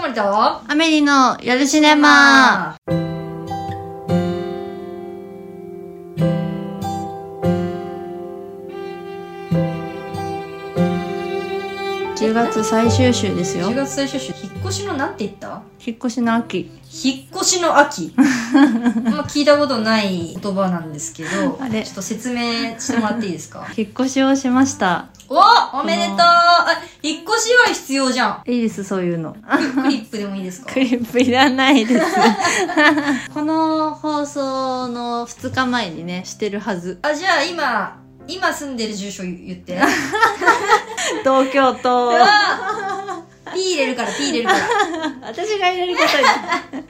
ルとアメリの夜シネマ10月最終週ですよ10月最終週引っ越しのなんて言った引っ越しの秋引っ越しの 秋まあ聞いたことない言葉なんですけどあれちょっと説明してもらっていいです か引っ越しをしましたおおめでとうあ引っ越しは必要じゃんいいですそういうのクリップでもいいですか クリップいらないです この放送の2日前にねしてるはずあじゃあ今今住んでる住所言っ て東京都ピー入れるからピー入れるから私が入れるこ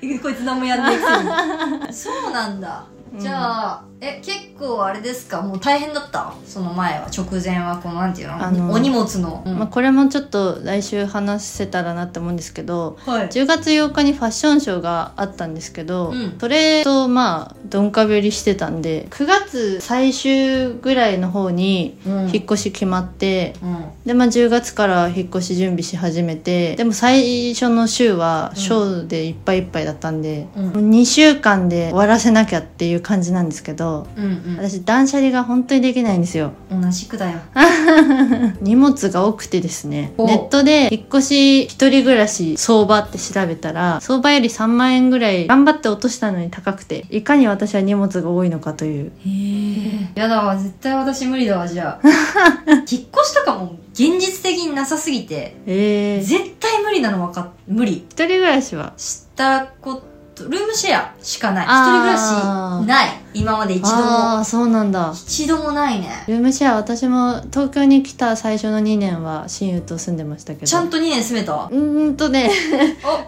とに こいつ何もやんないくせ にそうなんだじゃあ、え結構あれですかもう大変だったその前は直前はこのなんていうのあのお荷物の、 うんまあ、これもちょっと来週話せたらなって思うんですけどはい10月8日にファッションショーがあったんですけど、うんそれとまあ鈍化ぶりしてたんで9月最終ぐらいの方にうん引っ越し決まって、うんでまあ10月から引っ越し準備し始めてでも最初の週はショーでいっぱいいっぱいだったんで、うんもう2週間で終わらせなきゃっていう感じなんですけどうん私断捨離が本当にできないんですよ。 うん同じくだよ荷物が多くてですねおネットで引っ越し一人暮らし相場って調べたら相場より3万円ぐらい頑張って落としたのに高くていかに私は荷物が多いのかというへえやだわ絶対私無理だわじ ゃあ引っ越しとかも現実的になさすぎてえー、一絶対無理なの分かっ無理人暮らしはしたことルームシェアしかない一人暮あらーしない今まで一度あもあそうなんだ一度もないねルームシェア私も東京に来た最初の2年は親友と住んでましたけどちゃんと2年住めたわうーんと ね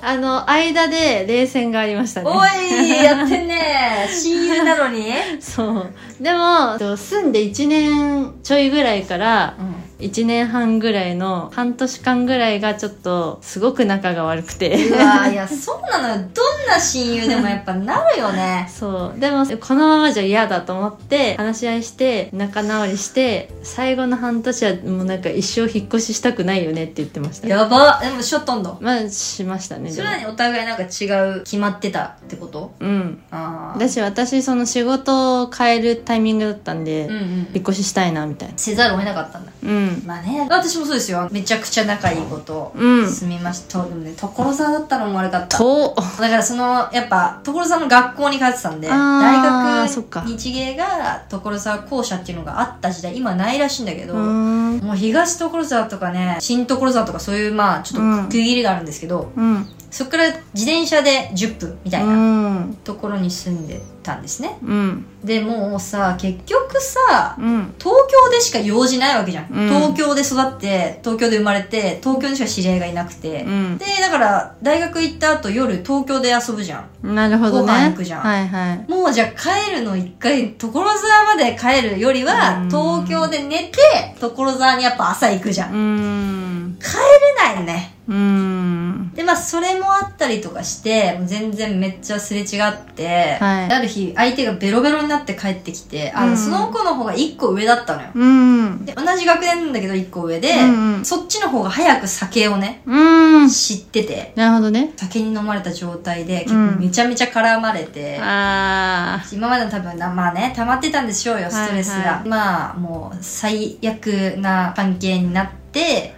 あの間で冷戦がありましたねおいやってんね親友なのにそうでも住んで1年ちょいぐらいから1年半ぐらいの半年間ぐらいがちょっとすごく仲が悪く うてわいやそうなのよどんな親友でもやっぱなるよねそうでもこのままじゃ嫌だと思って話し合いして仲直りして最後の半年はもうなんか一生引っ越ししたくないよねって言ってましたやばでもしょっとんどまあしましたねそでれもはねお互いなんか違う決まってたってことうんあだし私その仕事を変えるタイミングだったんで、あうんうん引っ越ししたいなみたいなせざるを得なかったんだうんまあね私もそうですよめちゃくちゃ仲いいことうん住みました、でもね所沢だったのも悪かったとだからそのやっぱ所沢の学校に通ってたんであー大そっか学日芸が所沢校舎っていうのがあった時代今ないらしいんだけど、うーんもう東所沢とかね新所沢とかそういうまあちょうっんと区切りがあるんですけど、うんそこから自転車で10分みたいうなんところに住んでたんですねうんでもうさ結局さうん東京でしか用事ないわけじゃん、うん東京で育って東京で生まれて東京にしか知り合いがいなくて、うんでだから大学行った後夜東京で遊ぶじゃんなるほどねご飯行くじゃんはいはいもうじゃあ帰るの一回所沢まで帰るよりはうん東京で寝て所沢にやっぱ朝行くじゃんうーん。出ないねうーん。でまあそれもあったりとかしてもう全然めっちゃすれ違って、はいある日相手がベロベロになって帰ってきてあの、うんその子の方が1個上だったのようん。で同じ学年なんだけど1個上で、うんうんそっちの方が早く酒をねうん。知っててなるほどね。酒に飲まれた状態で結うん構めちゃめちゃ絡まれて、あ今までの多分なまあね溜まってたんでしょうよストレスが、はいはいまあもう最悪な関係になってー。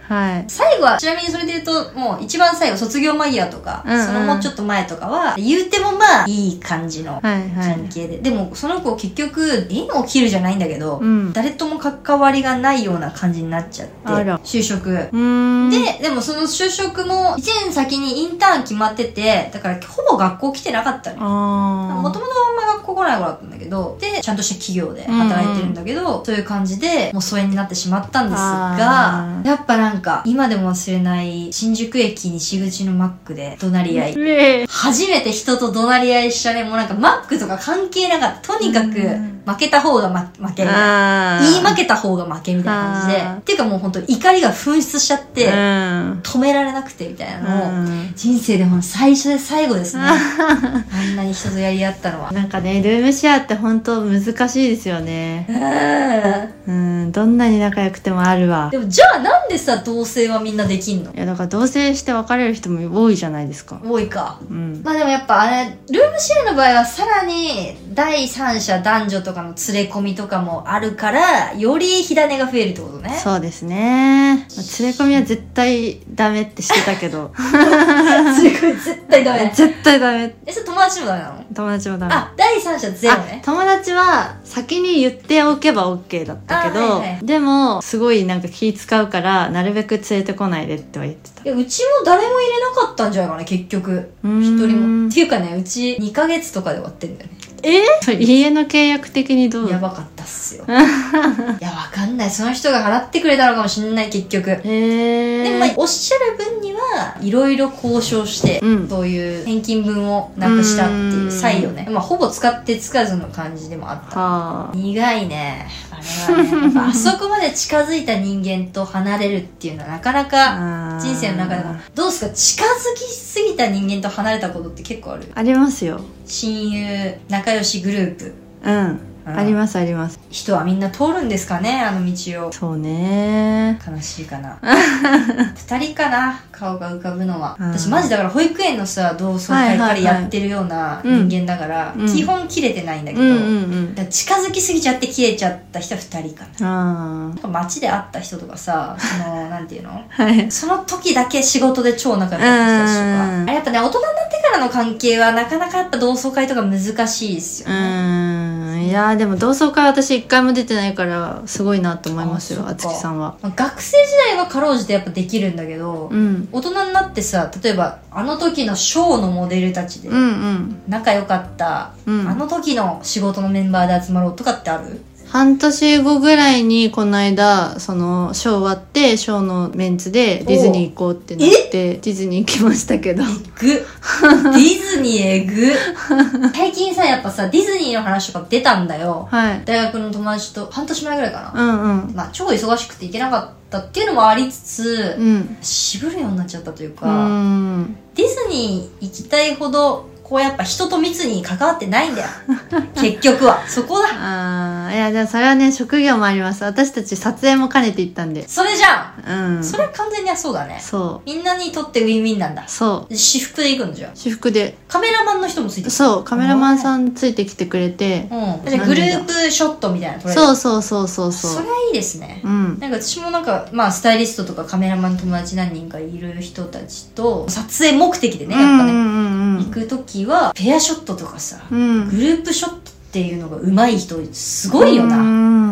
はい。最後はちなみにそれで言うともう一番最後卒業間際とか、うんうんそのもうちょっと前とかは言うてもまあいい感じのはいは関い。係で、でもその子結局縁を切るじゃないんだけど、うん。誰とも関わりがないような感じになっちゃってあら就職うーん。で、でもその就職も1年先にインターン決まってて、だからほぼ学校来てなかったのよ。あもーともとあんま学校来ない子だったんだけど、で、ちゃんとした企業で働いてるんだけど、そういう感じで、もう疎遠になってしまったんですあが、ーやっぱなんか、今でも忘れない、新宿駅西口のマックで怒鳴り合い。ええ初めて人と怒鳴り合いしたね、もうなんかマックとか関係なかった。とにかくうん、負けた方が、ま、負けみたいな。あー言い負けた方が負けみたいな感じであー。っていうかもう本当怒りが噴出しちゃって、うん。止められなくてみたいなのを、うん人生でも最初で最後ですねあんなに人とやり合ったのはなんかね、ルームシェアって本当難しいですよね。うんうんどんなに仲良くてもあるわでもじゃあなんでさ同棲はみんなできんのいやだから同棲して別れる人も多いじゃないですか多いかうんまあでもやっぱあれルームシェアの場合はさらに第三者男女とかの連れ込みとかもあるからより火種が増えるってことねそうですね、まあ連れ込みは絶対ダメってしてた けどすごい絶対ダメ絶対ダメ えそれ友達もダメなの友達もダメあ第三者ゼロね友達は先に言っておけば OK だったけど、あはいはいでもすごいなんか気使うからなるべく連れてこないでっては言ってたいやうちも誰も入れなかったんじゃないかな結局うーん一人もっていうかねうち2ヶ月とかで終わってんだよねえそれ家の契約的にどうやばかったっすよいやわかんないその人が払ってくれたのかもしんない結局へえでもまあおっしゃる分にはいろいろ交渉して、うんそういう返金分をなくしたっていううん差異をね、まあ、ほぼ使ってつかずの感じでもあったはあ苦いねあれはねやっぱあ そこまで近づいた人間と離れるっていうのはなかなかあー人生の中でもどうですか近づきすぎた人間と離れたことって結構あるありますよ親友仲良しグループうんありすますあります人はみんな通るんですかねあの道をそうね悲しいか な二人かな顔が浮かぶのはうん私マジだから保育園のさ同窓会はいかはらいはいやってるような人間だから、うん基本切れてないんだけうど、んうんだから近づきすぎちゃって切れちゃった人は二人かなうんあなんか街で会った人とかさそのなんていうのあはいその時だけ仕事で超仲良くなってきた人とか、うんあれやっぱね大人になってからの関係はなかなかやっぱ同窓会とか難しいですようね、ーんいやーでも同窓会私一回も出てないからすごいなと思いますあよそっあかつきさんはまあ学生時代はかろうじてやっぱできるんだけど、うん大人になってさ例えばあの時のショーのモデルたちでうんうん仲良かった、うんあの時の仕事のメンバーで集まろうとかってある半年後ぐらいにこの間そのショー終わってショーのメンツでディズニー行こうってなってディズニー行きましたけどえ ぐディズニーえぐ最近さやっぱさディズニーの話とか出たんだよはい大学の友達と半年前ぐらいかな、うんうんまあ超忙しくて行けなかったっていうのもありつつ、うん渋るようになっちゃったといううか、んディズニー行きたいほどこうやっぱ人と密に関わってないん だよ結局はそこだああいやじゃあそれはね職業もあります私たち撮影も兼ねて行ったんでそれじゃん、うんそれは完全にそうだねそみんなにとってウィンウィンなんだうそ私服で行くんじゃんう私服でカメラマンの人もついてくるそうカメラマンさんついてきてくれてうんじゃあグループショットみたいなの撮れるそうそうそうそうそそうれはいいですねうんなんか私もなんか、まあ、スタイリストとかカメラマンの友達何人かいる人たちと撮影目的でねやっぱうね、んうんうん行く時はペアショットとかさ、うんうんグループショットっていうのが上手い人すごいよな、う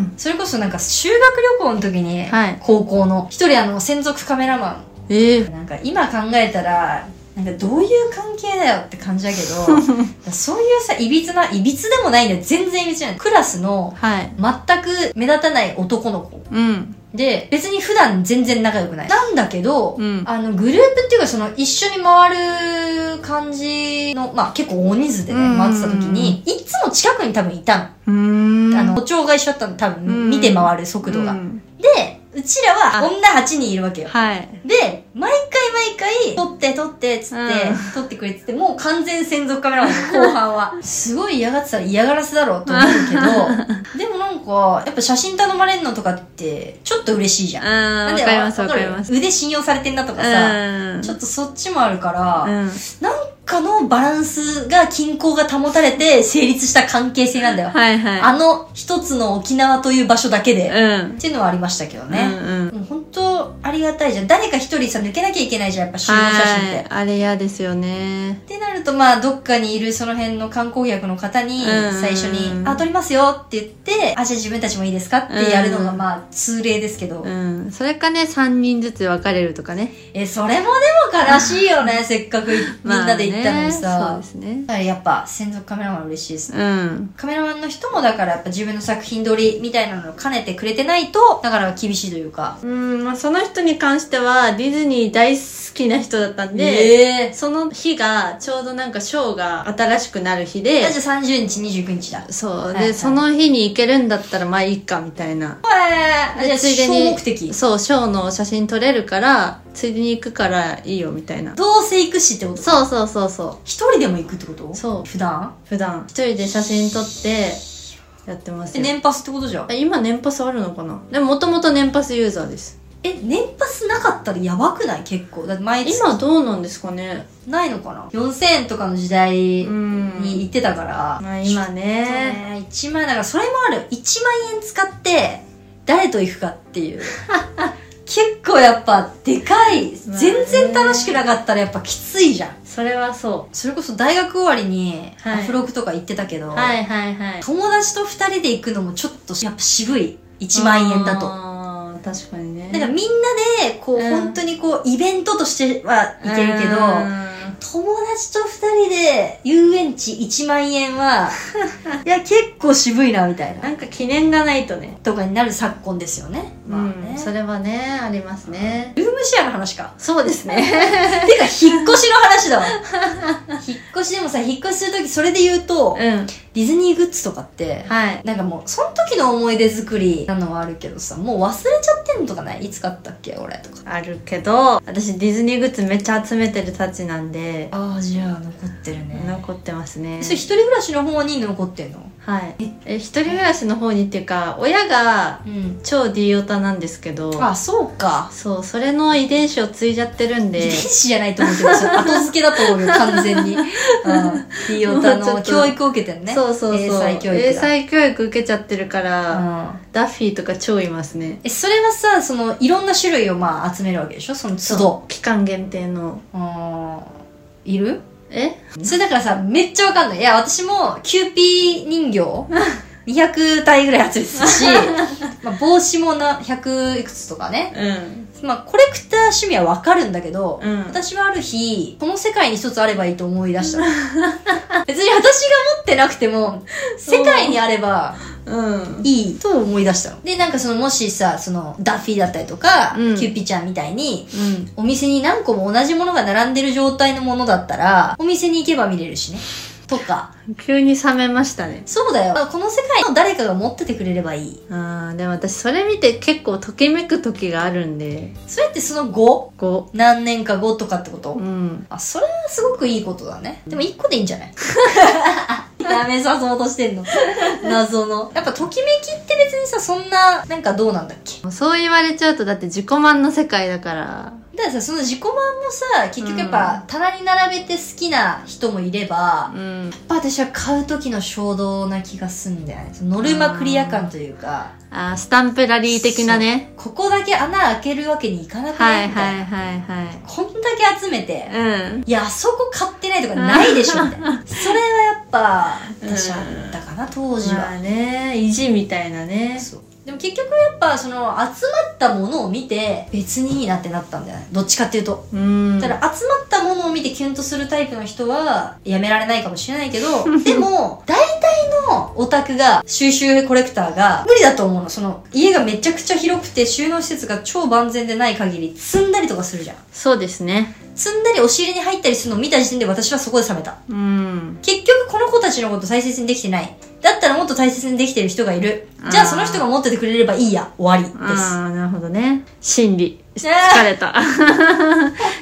んそれこそなんか修学旅行の時に、はい高校の一人あの専属カメラマええンなんか今考えたらなんかどういう関係だよって感じだけど そういうさいびつないびつでもないんだよ全然いびつじゃないクラスのはい全く目立たない男の子うんで別に普段全然仲良くないなんだけど、うんあのグループっていうかその一緒に回る感じのまあ結構大人数でねうんうんうん回ってた時にいつも近くに多分いたの,、うーんあの歩調が一緒だったの多分ん見て回る速度が、うんでうちらはあ女8人いるわけよはいで毎回毎回撮って撮ってっつって、うん撮ってくれっつってもう完全専属カメラマン後半 はすごい嫌がってたら嫌がらせだろうと思うけど でもなんかやっぱ写真頼まれるのとかってちょっと嬉しいじゃんあーなんわでかりますわわかるります。腕信用されてんなとかさ、うんちょっとそっちもあるから、うなんんかのバランスが均衡が保たれて成立した関係性なんだよ。はいはあの一つの沖縄という場所だけで、い。うん。っていうのはありましたけどね。うんうん。もう本当ありがたいじゃん。誰か一人さ、抜けなきゃいけないじゃん、やっぱ収納写真って。はい。あれ嫌ですよね。ってなると、まあ、どっかにいるその辺の観光客の方に、うん最初に、あ、撮りますよって言って、あ、じゃあ自分たちもいいですかってやるのが、まあ、通例ですけど、うん。それかね、3人ずつ分かれるとかね。えそれもでも悲しいよねせっかくいみんなで行ったのにさ、まあねそうですねだ。からやっぱ専属カメラマン嬉しいですねうん。カメラマンの人もだからやっぱ自分の作品撮りみたいなのを兼ねてくれてないとだから厳しいというかうん、まあその人に関しては、ディズニー大好きな人だったんで、えその日が、ちょうどなんかショーが新しくなる日で、じゃあ30日29日だそう。はいはで、いその日に行けるんだったら、まあいいか、みたいな。えー、じゃあついで小に目的そう、ショーの写真撮れるから、ついでに行くからいいよ、みたいな。どうせ行くしってことそうそうそうそう。一人でも行くってことそう普段普段一人で写真撮ってやってますえよ、年パスってことじゃん今年パスあるのかなでももともと年パスユーザーですえ年パスなかったらやばくない結構だって毎月今どうなんですかねないのかな4000円とかの時代うにん行ってたから、まあ今ねね1万円だからそれもある1万円使って誰と行くかって いう結構やっぱでかいまあね全然楽しくなかったらやっぱきついじゃんそれはそそれこそ大学終わりにはいアフロクとか行ってたけど、うはいはいはい友達と2人で行くのもちょっとやっぱ渋い1万円だとと確かにねなんかみんなでこう、うん本当にこうイベントとしてはいけるけど、うん友達と二人で遊園地1万円 は、いや、結構渋いな、みたいなな。んか記念がないとねとかになる昨今ですよね。まあうねん。それはねありますねルームシェアの話か。そうですねてか、引っ越しの話 だわ。引っ越しでもさ、引っ越しするとき、それで言うと、うんディズニーグッズとかって、はいなんかもう、その時の思い出作りなのはあるけどさ、もう忘れちゃってんのとかないいつ買ったっけ俺とか。あるけど私ディズニーグッズめっちゃ集めてるたちなんでああ、じゃあ、残ってるね。残ってますねそれ一人暮らしの方に残ってんのはいえ一人暮らしの方にっていうか親がうん。超 D オタなんですけどあ、そうか。そうそれの遺伝子を継いじゃってるん遺 で伝子じゃないと思うけど、それ後付けだと思 うよ、完全に。うん。リオタもうちょのっと教育を受けてるね。そうそうそう英才教育だ英才教育受けちゃってるから、うん。ダッフィーとか超いますねえ、それはさ、その、いろんな種類をまあ集めるわけでしょその都度。う期間限定のうん。いるえそれだからさ、めっちゃわかんない。いや、私も、キューピー人形200体ぐらい集めてた し、まあ、帽子もな、100いくつとかね。うんまあ、コレクター趣味はわかるんだけど、うん私はある日、この世界に一つあればいいと思い出 した。別に私が持ってなくても、世界にあればうんいいと思い出したの。で、なんかその、もしさ、その、ダッフィーだったりとか、うんキューピーちゃんみたいに、うんお店に何個も同じものが並んでる状態のものだったら、お店に行けば見れるしね。とか。急に冷めましたねそうだよ。まあこの世界の誰かが持っててくれればいい。あーでも私それ見て結構ときめく時があるんでそれってその後こ何年か後とかってことううんあ、それはすごくいいことだね。でも1個でいいんじ ゃないやめさそうとしてんの。謎の。やっぱときめきって別にさ、そんな、なんかどうなんだっけそう言われちゃうとだって自己満の世界だからだからさ、その自己満もさ、結局やっぱ棚に並べて好きな人もいれば、やっうんぱ私は買う時の衝動な気がすんだよね。そのノルマクリア感というか、あースタンプラリー的なねここだけ穴開けるわけにいかなくはないいみたいな、はいはいはいこんだけ集めて、うんいや、あそこ買ってないとかないでしょみ たいな。それはやっぱ、私あったかな、当時は。まあね意地みたいなねそうでも結局やっぱその集まったものを見て別にいいなってなったんだよねどっちかっていうと、うんただから集まったものを見てキュンとするタイプの人はやめられないかもしれないけ どでも大体のオタクが収集コレクターが無理だと思うのその家がめちゃくちゃ広くて収納施設が超万全でない限り積んだりとかするじゃんそうですね積んだり押し入れに入ったりするのを見た時点で私はそこで冷めたうん結局この子たちのこと大切にできてない。だったらもっと大切にできてる人がいる。じゃあその人が持っててくれればいいや。終わりです。ああなるほどね心理疲 れ た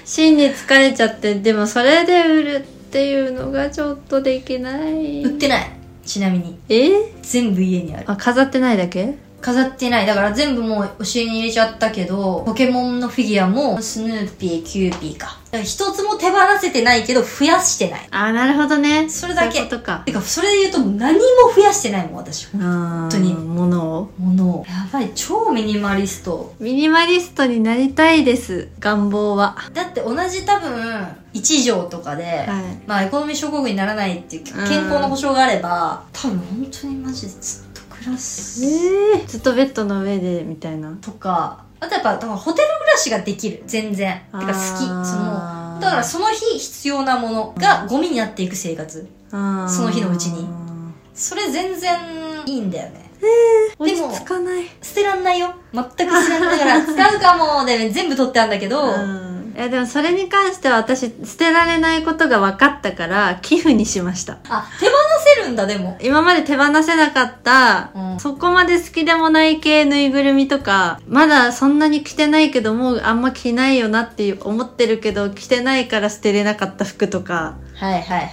心理疲れちゃってでもそれで売るっていうのがちょっとできない売ってない。ちなみに。え全部家にある。あ飾ってないだけ飾ってない。だから全部もう教えに入れちゃったけど、ポケモンのフィギュアもスヌーピー、キューピーか。だから一つも手放せてないけど、増やしてない。ああなるほどねそれだけそういうことかてか、それで言うと何も増やしてないもん、私。本当に物を物を。やばい、超ミニマリスト。ミニマリストになりたいです願望はだって同じ多分1条とかで、いまあエコノミー症候群にならないっていう健康の保障があれば多分本当にマジでずっと暮らす、えずっとベッドの上でみたいなとかあとやっぱ多分ホテル暮らしができる全然てか好きそののだからその日必要なものがゴミになっていく生活その日のうちにそれ全然いいんだよね落ち着かない捨てらんないよ全く捨てらんないから 使うかもで全部取ってあるんだけど、いやでもそれに関しては私捨てられないことが分かったから寄付にしましたあ、手放せるんだ、でも。今まで手放せなかった、うんそこまで好きでもない系ぬいぐるみとか、まだそんなに着てないけど、もうあんま着ないよなって思ってるけど、着てないから捨てれなかった服とかはいはいはい。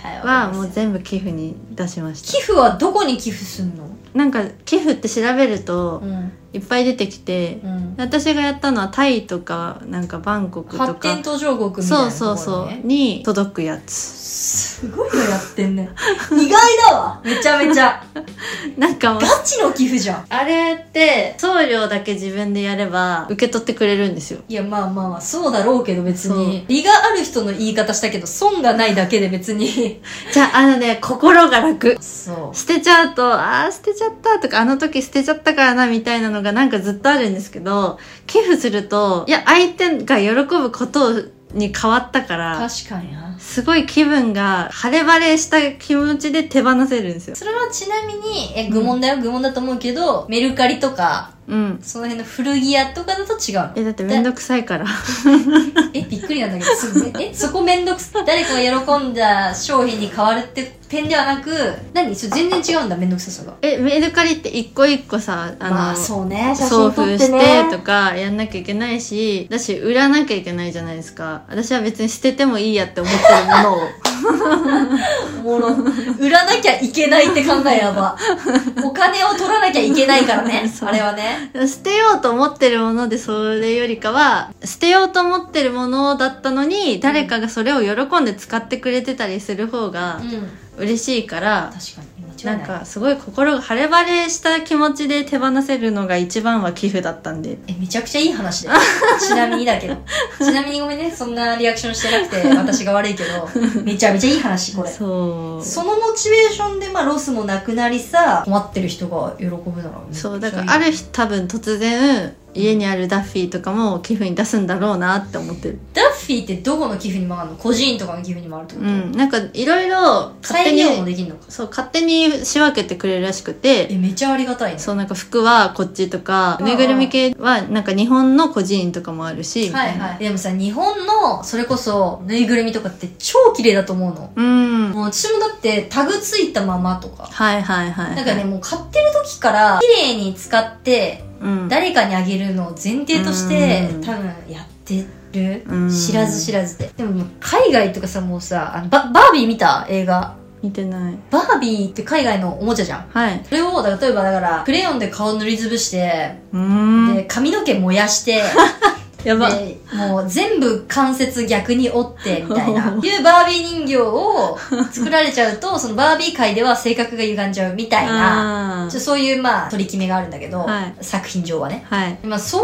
は、もう全部寄付に出しまし寄付はどこに寄付すんのた。なんか、寄付って調べると、ん。いっぱい出てきて、うん。私がやったのはタイとか、なんかバンコクと発展か、途上国みたいなところ、そね。うそうそう、に届くやつ。すごいのやってんね。意外だわ。めちゃめち ゃ。なんかもう、ガチの寄付じゃん。あれって送料だけ自分でやれば受け取ってくれるんですよ。いや、まあまあまあ、そうだろうけど別そに。利がある人の言い方したけど、損がないだけで別に。じゃあ、あのね、心が楽。そ捨てちゃうと、ああ、捨てちゃったとか、あの時捨てちゃったからな、みたいなのがなんかずっとあるんですけど、寄付すると、いや、相手が喜ぶことに変わったから、確かにな。すごい気分が晴れ晴れした気持ちで手放せるんですよ。それはちなみに、え、愚問だよ、愚問だと思うけど、メルカリとか、うん。その辺の古着屋とかだと違うの。え、だってめんどくさいから。え、びっくりなんだけど、すぐえ、そこめんどくさ、誰かが喜んだ商品に変わるって点ではなく、何それ全然違うんだ、めんどくささが。え、メルカリって一個一個さ、あの、まあ、そうね、写送真撮付っしててね。とかやんなきゃいけないし、だし売らなきゃいけないじゃないですか。私は別に捨ててもいいやって思ってるものを。おもろ売らなきゃいけないって考えやば。お金を取らなきゃいけないからね、 そうあれはね。 捨てようと思ってるものでそれよりかは、捨てようと思ってるものだったのに、誰かがそれを喜んで使ってくれてたりする方うがん。嬉しいから、確かに、間違いなんない。かすごい心が晴れ晴れした気持ちで手放せるのが一番は寄付だったんで。え、めちゃくちゃいい話 だよ。ちなみにだけど。ちなみにごめんね、そんなリアクションしてなくて、私が悪いけど、めちゃめちゃいい話、これ。そう。そのモチベーションで、まあ、ロスもなくなりさ、困ってる人が喜ぶだろうね。そう、だからある日多分突然、家にあるダッフィーとかも寄付に出すんだろうなって思ってる。ダッフィーってどこの寄付に回るの個人とかの寄付に回るってこうと、ん。なんかいろいろ勝手再利用もに、できるのか。そう、勝手に仕分けてくれるらしくて、え、めちゃありがたいね。そうなんか服はこっちとか、うんうんぬいぐるみ系はなんか日本の個人とかもあるし、みはたいいなはい。でもさ、日本の、それこそ、ぬいぐるみとかって超綺麗だと思うの。うん。もう私もだって、タグついたままとか。はいはいはい。なんかね、もう買ってる時から、綺麗に使って、うん、誰かにあげるのを前提としてうん多分やってるうん知らず知らずででももう海外とかさもうさあのババービー見た映画見てない。バービーって海外のおもちゃじゃんはい。それをだから例えばだからクレヨンで顔塗りつぶしてうーん。で髪の毛燃やしてやば。でもう全部関節逆に折ってみたい ないうバービー人形を作られちゃうとそのバービー界では性格が歪んじゃうみたいなあちーょそういうまあ取り決めがあるんだけど、はい作品上はねはい。まあそう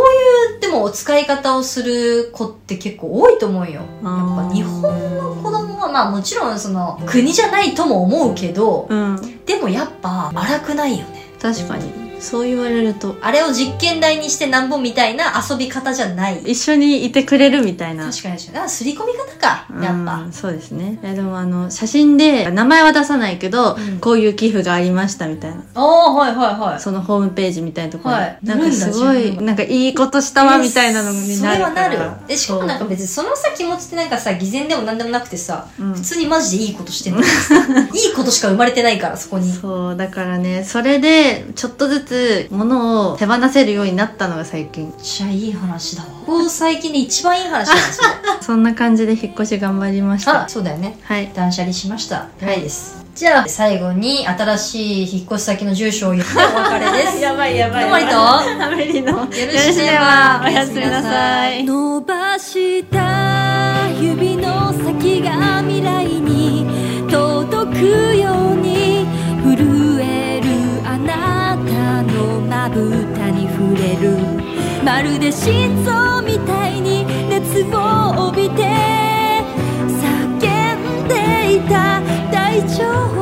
いう、でもお使い方をする子って結構多いと思うよ。やっあーぱ日本の子供はまあもちろんその国じゃないとも思うけど、うん。でもやっぱ荒くないよね。確かに。そう言われると、あれを実験台にしてなんぼみたいな遊び方じゃない。一緒にいてくれるみたいな。確かに確かに。あ、すり込み方か。やっうぱ。んそうですね。いやでもあの、写真で、名前は出さないけど、うんこういう寄付がありましたみたいな。ああ、はいはいはい。そのホームページみたいなところに、はいなんかすごなるんいだなんかいいことしたわみたいなのになるかそれはらなる。え、しかもなんか別にそのさ気持ちってなんかさ、偽善でもなんでもなくてさ、うん普通にマジでいいことしてん の。いいことしか生まれてないから、そこに。そうだからねそれでちょっとずつ物を手放せるようになったのが最近めっちゃいい話だわ。ここ最近で一番いい話なんですよ。 そんな感じで引っ越し頑張りましたあ、そうだよね。はい断捨離しました。いはいです。じゃあ、最後に新しい引っ越し先の住所を言ってお別れです。やばいやばいいやばいアメリのよろしければおやすみなさい伸ばした指の先が未来に届くように震えるあなたのまぶたに触れるまるで心臓みたいに熱を帯びて叫んでいた大丈夫